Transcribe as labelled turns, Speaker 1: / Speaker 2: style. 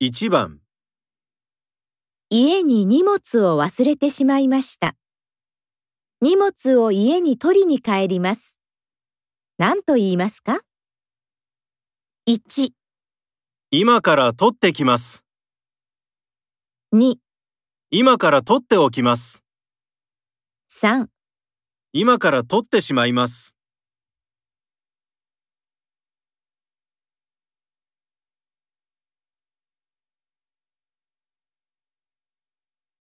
Speaker 1: 1番、
Speaker 2: 家に荷物を忘れてしまいました。荷物を家に取りに帰ります。何と言いますか ?1、
Speaker 1: 今から取ってきます。
Speaker 2: 2、
Speaker 1: 今から取っておきます。
Speaker 2: 3
Speaker 1: 今から取ってしまいます。